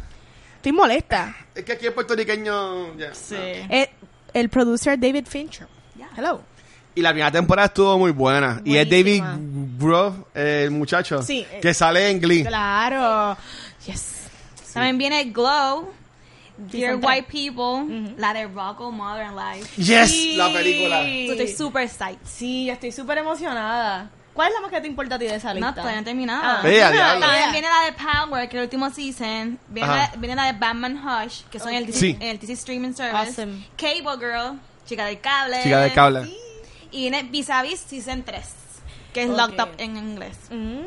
Estoy molesta.
Es que aquí el puertorriqueño... ya.
Sí.
El, el producer David Fincher.
Ya.
Hello.
Y la primera temporada estuvo muy buena. Y es David
Buenísima.
Grove, el muchacho,
Sí, eh,
que sale en Glee.
Claro. Yes.
También viene Glow. Dear
Season tres.
White People. La de Rocco Mother and Life.
Yes,
Sí.
la película.
So, Estoy super psyched.
Sí, yo estoy súper emocionada. ¿Cuál es la más que te importa a ti de esa lista?
No, todavía no he terminado.
Ah.
Vea, diablo.
También viene la de Power, que es el último season. Viene,
Ajá.
la, viene la de Batman Hush, que son el, DC,
Sí.
el DC Streaming Service.
Awesome.
Cable Girl, Chica del Cable.
Chica de cable.
Y viene Vis a Vis Season 3, que es
Ok.
Locked Up en inglés.
Mm.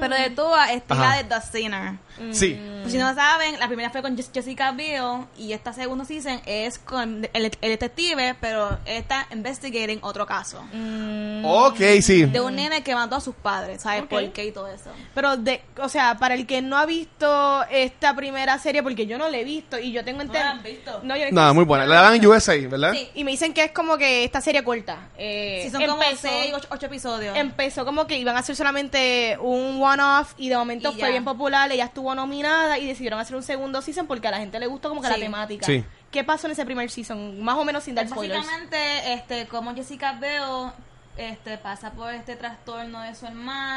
Pero de todas, esta es
Ajá.
la de The Sinner.
Sí.
Por si no saben, la primera fue con Jess- Jessica Biel y esta segunda season es con el, el detective, pero está investigating otro caso.
Mm.
Ok, sí.
De un nene que mató a sus padres, ¿sabes
Ok.
por qué y todo eso?
Pero, de, o sea, para el que no ha visto esta primera serie, porque yo no la he visto y yo tengo
¿No la han
entendido.
visto?
yo no he
Nada,
visto-
muy buena. La dan en USA, ¿verdad?
Sí.
Y me dicen que es como que esta serie corta. Eh,
Si son como 6, 8 episodios.
empezó como que iban a hacer solamente un one-off y de momento
Y ya.
fue bien popular, ella estuvo nominada y decidieron hacer un segundo season porque a la gente le gustó como que la
Sí.
temática.
Sí.
¿Qué pasó en ese primer season? Más o menos sin dar
Pues
spoilers.
Básicamente, este, como Jessica Biel este, pasa por este trastorno de su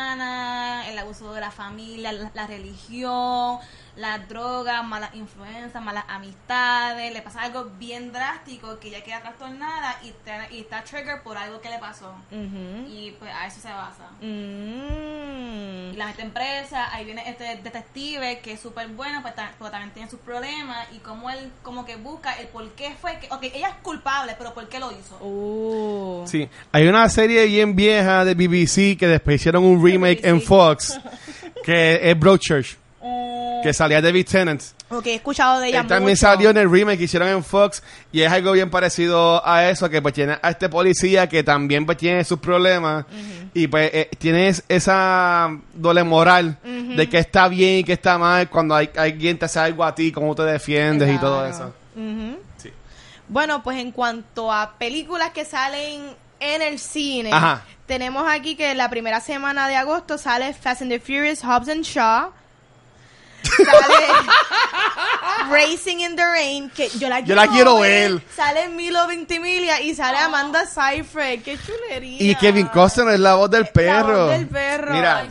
hermana, el abuso de la familia, la, la religión, las drogas, malas influencias, malas amistades, le pasa algo bien drástico que ella queda trastornada y, te- y está trigger por algo que le pasó.
Ujú.
Y pues a eso se basa.
Mm.
Y la meten presa, ahí viene este detective que es súper bueno, pero, ta- pero también tiene sus problemas y como él como que busca el por qué fue que, ok, ella es culpable, pero ¿por qué lo hizo?
Uh.
Sí. Hay una serie bien vieja de BBC que después hicieron un remake en Fox, que es Broadchurch,
Oh.
que salía David Tennant.
Ok, he escuchado de ella
Él también
mucho.
salió en el remake que hicieron en Fox y es algo bien parecido a eso, que pues tiene a este policía que también pues tiene sus problemas y pues eh, tienes esa doble moral de que está bien y que está mal cuando hay, alguien te hace algo a ti, cómo te defiendes y todo
Claro.
eso.
Ujú.
Sí.
Bueno, pues en cuanto a películas que salen en el cine,
Ajá.
tenemos aquí que la primera semana de agosto sale Fast and the Furious, Hobbs and Shaw. Sale Racing in the Rain, que yo la
Yo
quiero,
la quiero ver.
Sale Milo Ventimiglia y sale Amanda Seyfried. ¡Qué chulería!
Y Kevin Costner es la voz del perro.
voz del perro.
Mira,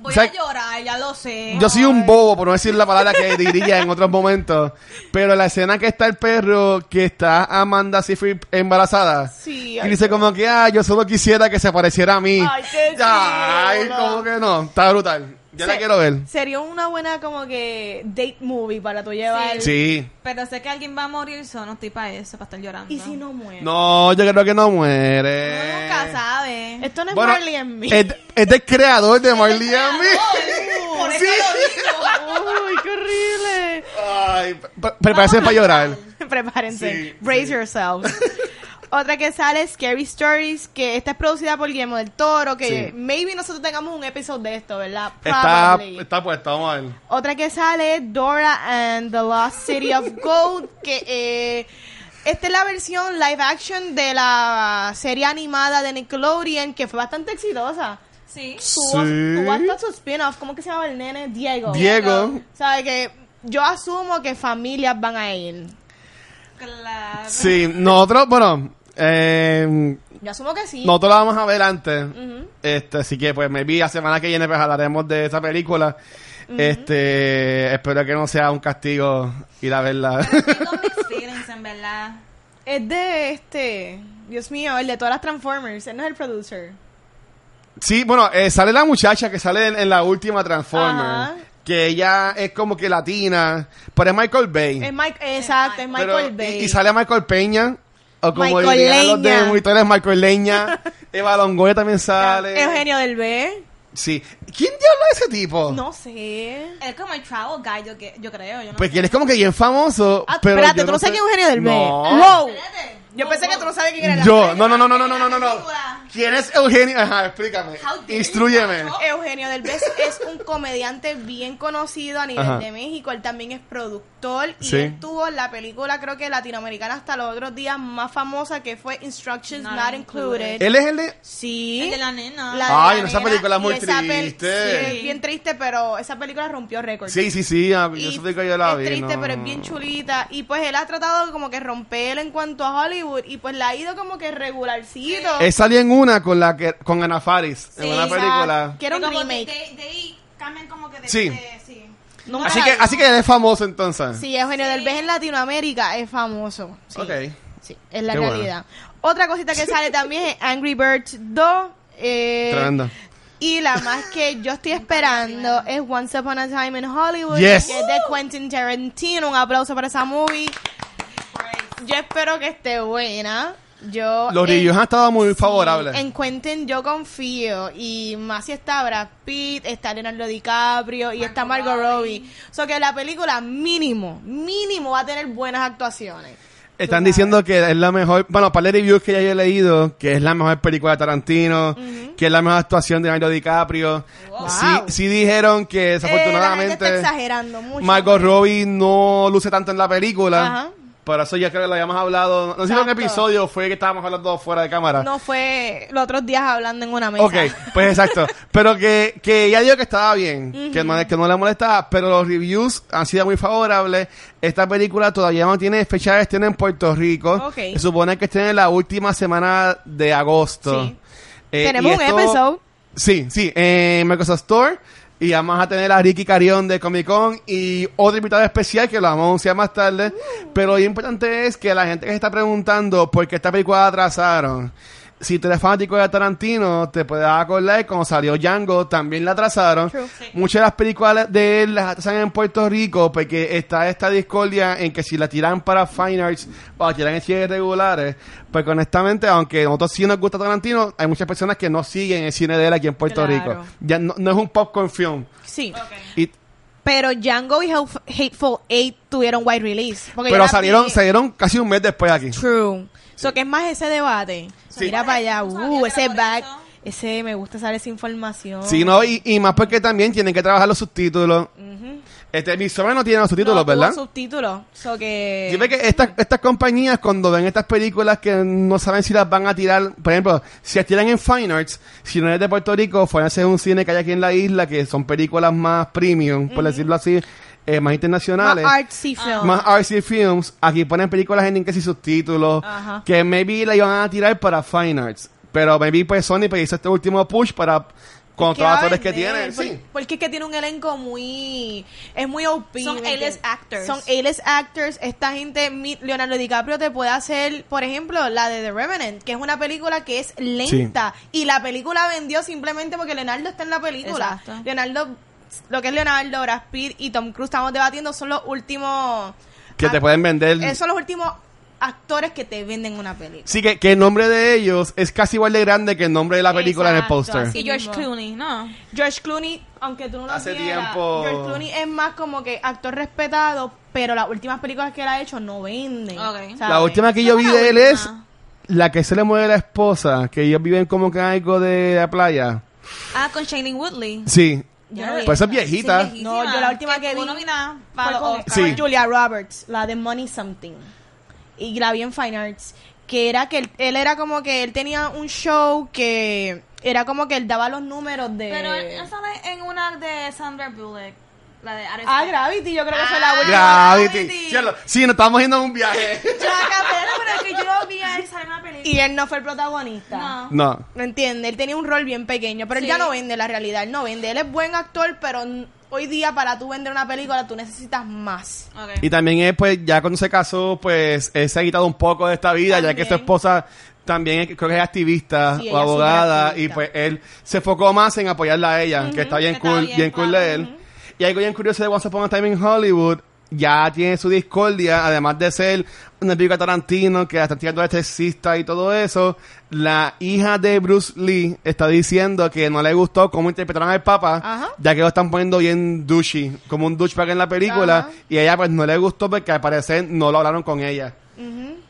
Voy
o sea,
a llorar, ya lo sé.
yo soy un bobo, por no decir la palabra que diría en otros momentos, pero la escena que está el perro, que está Amanda Seyfried embarazada.
Sí,
Y dice como que, ah, yo solo quisiera que se pareciera a mí.
Ay, qué
Ay,
chulo.
como que no, está brutal. Ya la
Se-
quiero ver.
Sería una buena como que date movie para tú llevar.
Sí.
Pero sé que alguien va a morir, so no estoy para eso, para estar llorando.
Y si no muere.
No, yo creo que no muere.
Uno nunca sabe.
Esto no es
Bueno, eh,
Marley en mí.
Es, es del creador de Marley and Me.
Por eso
Sí.
Uy, qué horrible.
Ay, pre- prepárense para llorar.
Prepárense.
Sí,
Brace yourselves. Otra que sale es Scary Stories, que esta es producida por Guillermo del Toro, que
Sí.
maybe nosotros tengamos un episodio de esto, ¿verdad?
Está,
Probably.
está puesta, vamos a ver.
Otra que sale es Dora and the Lost City of Gold, que eh, esta es la versión live action de la serie animada de Nickelodeon, que fue bastante exitosa.
Sí.
Tuvo,
Sí.
tuvo hasta su spin-off, ¿cómo que se llama el nene? Diego.
Diego.
¿Sabes que Yo asumo que familias van a ir.
Claro.
Sí, nosotros, bueno, eh,
Yo asumo que sí.
Nosotros la vamos a ver antes. este, así que, pues, maybe la semana que viene pues, hablaremos de esa película. Este, espero que no sea un castigo ir a verla.
Tengo mixed feelings, en verdad.
Es de este. Dios mío, el de todas las Transformers. Él no es el producer.
sí, bueno, eh, sale la muchacha que sale en, en la última Transformer.
Ajá.
que ella es como que latina, pero es Michael Bay.
Es Mike, exacto, es
Pero-
Michael Bay.
Y, y sale Michael Peña. O como
Michael
dirían los de
Leña.
monitores, Michael Leña. Eva Longoria también sale.
Eugenio del B.
Sí. ¿Quién diablo es ese tipo?
No sé.
Es como el travel guy, yo, que- yo creo. Yo no
Porque
sé.
él es como Pues que bien famoso.
Ah,
pero
espérate,
yo
tú no, sabes quién es Eugenio del B.
No.
Wow.
Espérate.
Yo pensé que tú no sabes quién era el
Yo, no, no, no, no, no, no, no, no, no.
película.
¿Quién es Eugenio? Ajá, explícame.
How dare you,
Instrúyeme.
macho.
Eugenio Derbez es un comediante bien conocido a nivel
Ajá.
de México. Él también es productor y
Sí.
él tuvo la película, creo que latinoamericana hasta los otros días, más famosa que fue Instructions
Not
Not,
Included.
Included.
Él es el de.
Sí.
El de la nena.
La de la
Ay, no, esa
nena,
película es muy
y esa pel-
triste.
sí, es bien triste, pero esa película rompió récord.
Sí, sí, sí. ah,
Y
Yo supe que yo la vi.
es triste,
no.
pero es bien chulita. Y pues él ha tratado como que romper en cuanto a Hollywood. Y pues la ha ido como que regularcito.
Él salió en una con la que, con Ana Faris. en
Sí,
una
o sea,
película.
Que era un
Y como
remake.
De, de- de ahí cambian como que de.
Sí.
de- sí.
No me
Así
la
que,
vi.
así que él es famoso entonces.
Sí, Eugenio Derbez en Latinoamérica es famoso. Sí, Eh,
Ok.
sí, es la
Qué bueno.
realidad. Otra cosita que sale también es Angry Birds 2. eh,
Tremendo.
Y la más que yo estoy esperando es Once Upon a Time in Hollywood,
Yes.
que es de Quentin Tarantino. Un aplauso para esa movie. Yo espero que esté buena. Yo
Los
en-
reviews han estado muy
sí,
favorables.
En Quentin yo confío y más si está Brad Pitt, está Leonardo DiCaprio y está Margot Robbie. O sea que la película mínimo, mínimo va a tener buenas actuaciones.
Están diciendo que es la mejor, bueno, para el reviews que ya yo he leído, que es la mejor película de Tarantino, que es la mejor actuación de Leonardo DiCaprio.
Wow.
Sí, sí dijeron que
Eh, la gente está
desafortunadamente
exagerando mucho.
Margot Robbie no luce tanto en la película.
Ajá.
Por eso ya creo que lo habíamos hablado, no sé si fue un
Exacto.
episodio fue que estábamos hablando fuera de cámara.
No fue los otros días hablando en una mesa.
Ok, pues exacto. Pero que, que ella dijo que estaba bien, que, no, que no le molestaba, pero los reviews han sido muy favorables. Esta película todavía no tiene fecha de estreno en Puerto Rico.
Ok.
Se supone que estrena en la última semana de agosto.
Sí.
Eh,
Tenemos
y
un
esto-
episodio.
Sí, sí, en Microsoft Store. Y vamos a tener a Ricky Carión de Comic Con y otro invitado especial que lo vamos a anunciar más tarde.
Uh.
Pero lo importante es que la gente que se está preguntando por qué esta película la atrasaron. Si tú eres fanático de Tarantino, te puedes acordar que cuando salió Django también la atrasaron.
True.
Sí.
Muchas de las películas de él las atrasan en Puerto Rico porque está esta discordia en que si la tiran para Fine Arts o la tiran en cines regulares, porque honestamente, aunque nosotros sí nos gusta Tarantino, hay muchas personas que no siguen el cine de él aquí en Puerto
Claro.
Rico. Ya no, no es un popcorn film.
Sí.
Y-
Pero Django y Hatef- Hateful Eight tuvieron wide release. Porque yo
pero
la
salieron,
vi-
salieron casi un mes después aquí.
True. So, que es más ese debate?
Sí.
Mira para allá,
No sabía
uh,
que
ese
era por
back,
eso.
ese me gusta saber esa información.
Sí, no, y, y más porque también tienen que trabajar los subtítulos. Este, mi sobrino no tiene los subtítulos,
No, tuvo
¿verdad?
subtítulos. So que...
Dime que estas, estas compañías, cuando ven estas películas que no saben si las van a tirar, por ejemplo, si las tiran en Fine Arts, si no eres de Puerto Rico, Fine Arts es un cine que hay aquí en la isla, que son películas más premium, por decirlo así, eh, más
Más
internacionales.
artsy
Ah.
film.
Más RC Films, aquí ponen películas en inglés y subtítulos,
Ajá.
que maybe la iban a tirar para Fine Arts, pero maybe pues Sony pues, hizo este último push para con
¿Qué
todos
va
los
a
actores que
vender?
tienen.
Por-
Sí.
Porque es que tiene un elenco muy... Es muy OP.
Son
¿me
A-list
entiendes?
actors.
Son A-list actors. Esta gente, mi- Leonardo DiCaprio te puede hacer, por ejemplo, la de The Revenant, que es una película que es lenta. Y la película vendió simplemente porque Leonardo está en la película.
Exacto.
Leonardo... Lo que es Leonardo, Brad Pitt y Tom Cruise estamos debatiendo son los últimos...
Que te
act-
pueden vender.
eh, son los últimos actores que te venden una película.
Sí, que, que el nombre de ellos es casi igual de grande que el nombre de la película
Exacto,
en el póster.
así
Y George
mismo.
Clooney, ¿no?
George Clooney, aunque tú no lo
Hace
quieras,
tiempo.
George Clooney es más como que actor respetado, pero las últimas películas que él ha hecho no venden.
Ok.
¿sabes?
La última que yo
¿Cómo
vi
la
de él es
última?
la que se le muere la esposa, que ellos viven como que en algo de la playa.
Ah, con Shailene Woodley.
Sí.
Yo no vi
Pues
esa.
esa es viejita.
Sí,
No, yo la última que
tuvo
vi
nominada para
Fue
los
con,
Oscars.
Sí.
con Julia Roberts, la de Money Something. Y la vi en Fine Arts. Que era que él, él era como que él tenía un show que era como que él daba los números de.
Pero él sale en una de Sandra Bullock. La de Arrested.
ah, Gravity, yo creo que fue la última.
Gravity. Cielo. Sí, nos estábamos yendo a un viaje.
Chaca, pero, pero que yo lo vi a él salir en una película.
Y él no fue el protagonista.
No.
No.
¿Me entiende Él tenía un rol bien pequeño, pero él
Sí.
ya no vende la realidad, él no vende. Él es buen actor, pero n- hoy día para tú vender una película tú necesitas más.
Ok.
Y también es, pues, ya cuando se casó, pues, él se ha quitado un poco de esta vida, ya que su
También.
esposa también es- creo que es activista
Sí, ella
o
es
abogada, y
superactivista.
pues él se enfocó más en apoyarla a ella, que está bien
que está
cool, bien,
bien,
cool
claro,
de él. Y algo bien curioso de Once Upon a Time in Hollywood, ya tiene su discordia, además de ser una película de Tarantino que está tirando de sexista y todo eso, la hija de Bruce Lee está diciendo que no le gustó cómo interpretaron al Papa,
Ajá.
ya que lo están poniendo bien douchey, como un douchebag en la película,
Ajá.
y a ella pues no le gustó porque al parecer no lo hablaron con ella.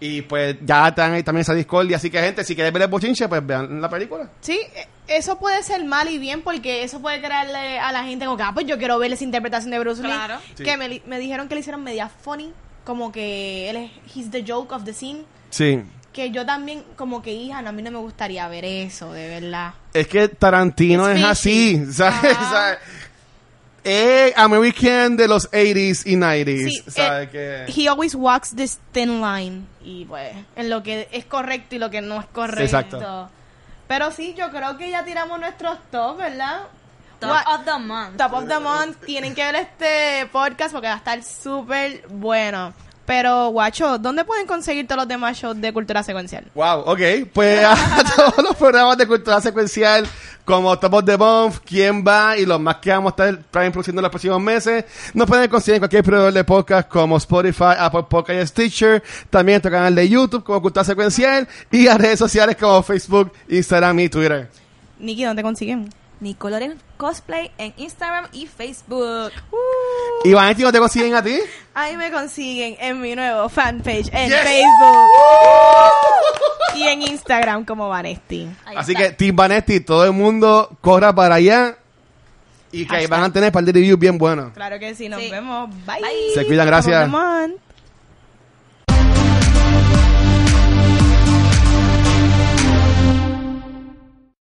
Y pues ya están ahí también esa discordia. Así que, gente, si quieres ver el bochinche, pues vean la película.
Sí, eh, eso puede ser mal y bien porque eso puede crearle a la gente como que, ah, pues yo quiero ver esa interpretación de Bruce Lee.
Claro.
Sí.
Que me, li- me dijeron que le hicieron media funny, como que él es, he's the joke of the scene.
Sí.
Que yo también, como que hija, no, a mí no me gustaría ver eso, de verdad.
Es que Tarantino
It's
es
fishy.
así, ¿sabes?
Ajá.
¿Sabes? Eh, American de los 80s y 90s,
Sí,
¿sabes?
eh,
que...
He always walks this thin line. Y pues, en lo que es correcto y lo que no es correcto.
Exacto.
Pero sí, yo creo que ya tiramos nuestros top, ¿verdad?
Top
What-
of the month.
Top of the Month, tienen que ver este podcast porque va a estar súper bueno. Pero, guacho, ¿dónde pueden conseguir todos los demás shows de cultura secuencial?
Wow, ok. Pues a todos los programas de cultura secuencial, como Top of the Bomb, ¿Quién va? y los más que vamos a estar también produciendo en los próximos meses, nos pueden conseguir en cualquier proveedor de podcast como Spotify, Apple Podcast y Stitcher, también en tu canal de YouTube como Cultura Secuencial y a redes sociales como Facebook, Instagram y Twitter.
Nikki, ¿dónde consiguen?
Nicoloren Cosplay en Instagram y Facebook.
¿Y Vanetti, no te consiguen a ti?
Ahí me consiguen en mi nuevo fanpage en
Yes.
Facebook y en Instagram como Vanesti.
Ahí
Así
está.
que, Team Vanetti, todo el mundo corra para allá y que ahí van a tener un par de reviews bien buenos.
Claro que sí, nos
Sí.
vemos. Bye.
Bye.
Se cuidan, gracias.
Top of the Month.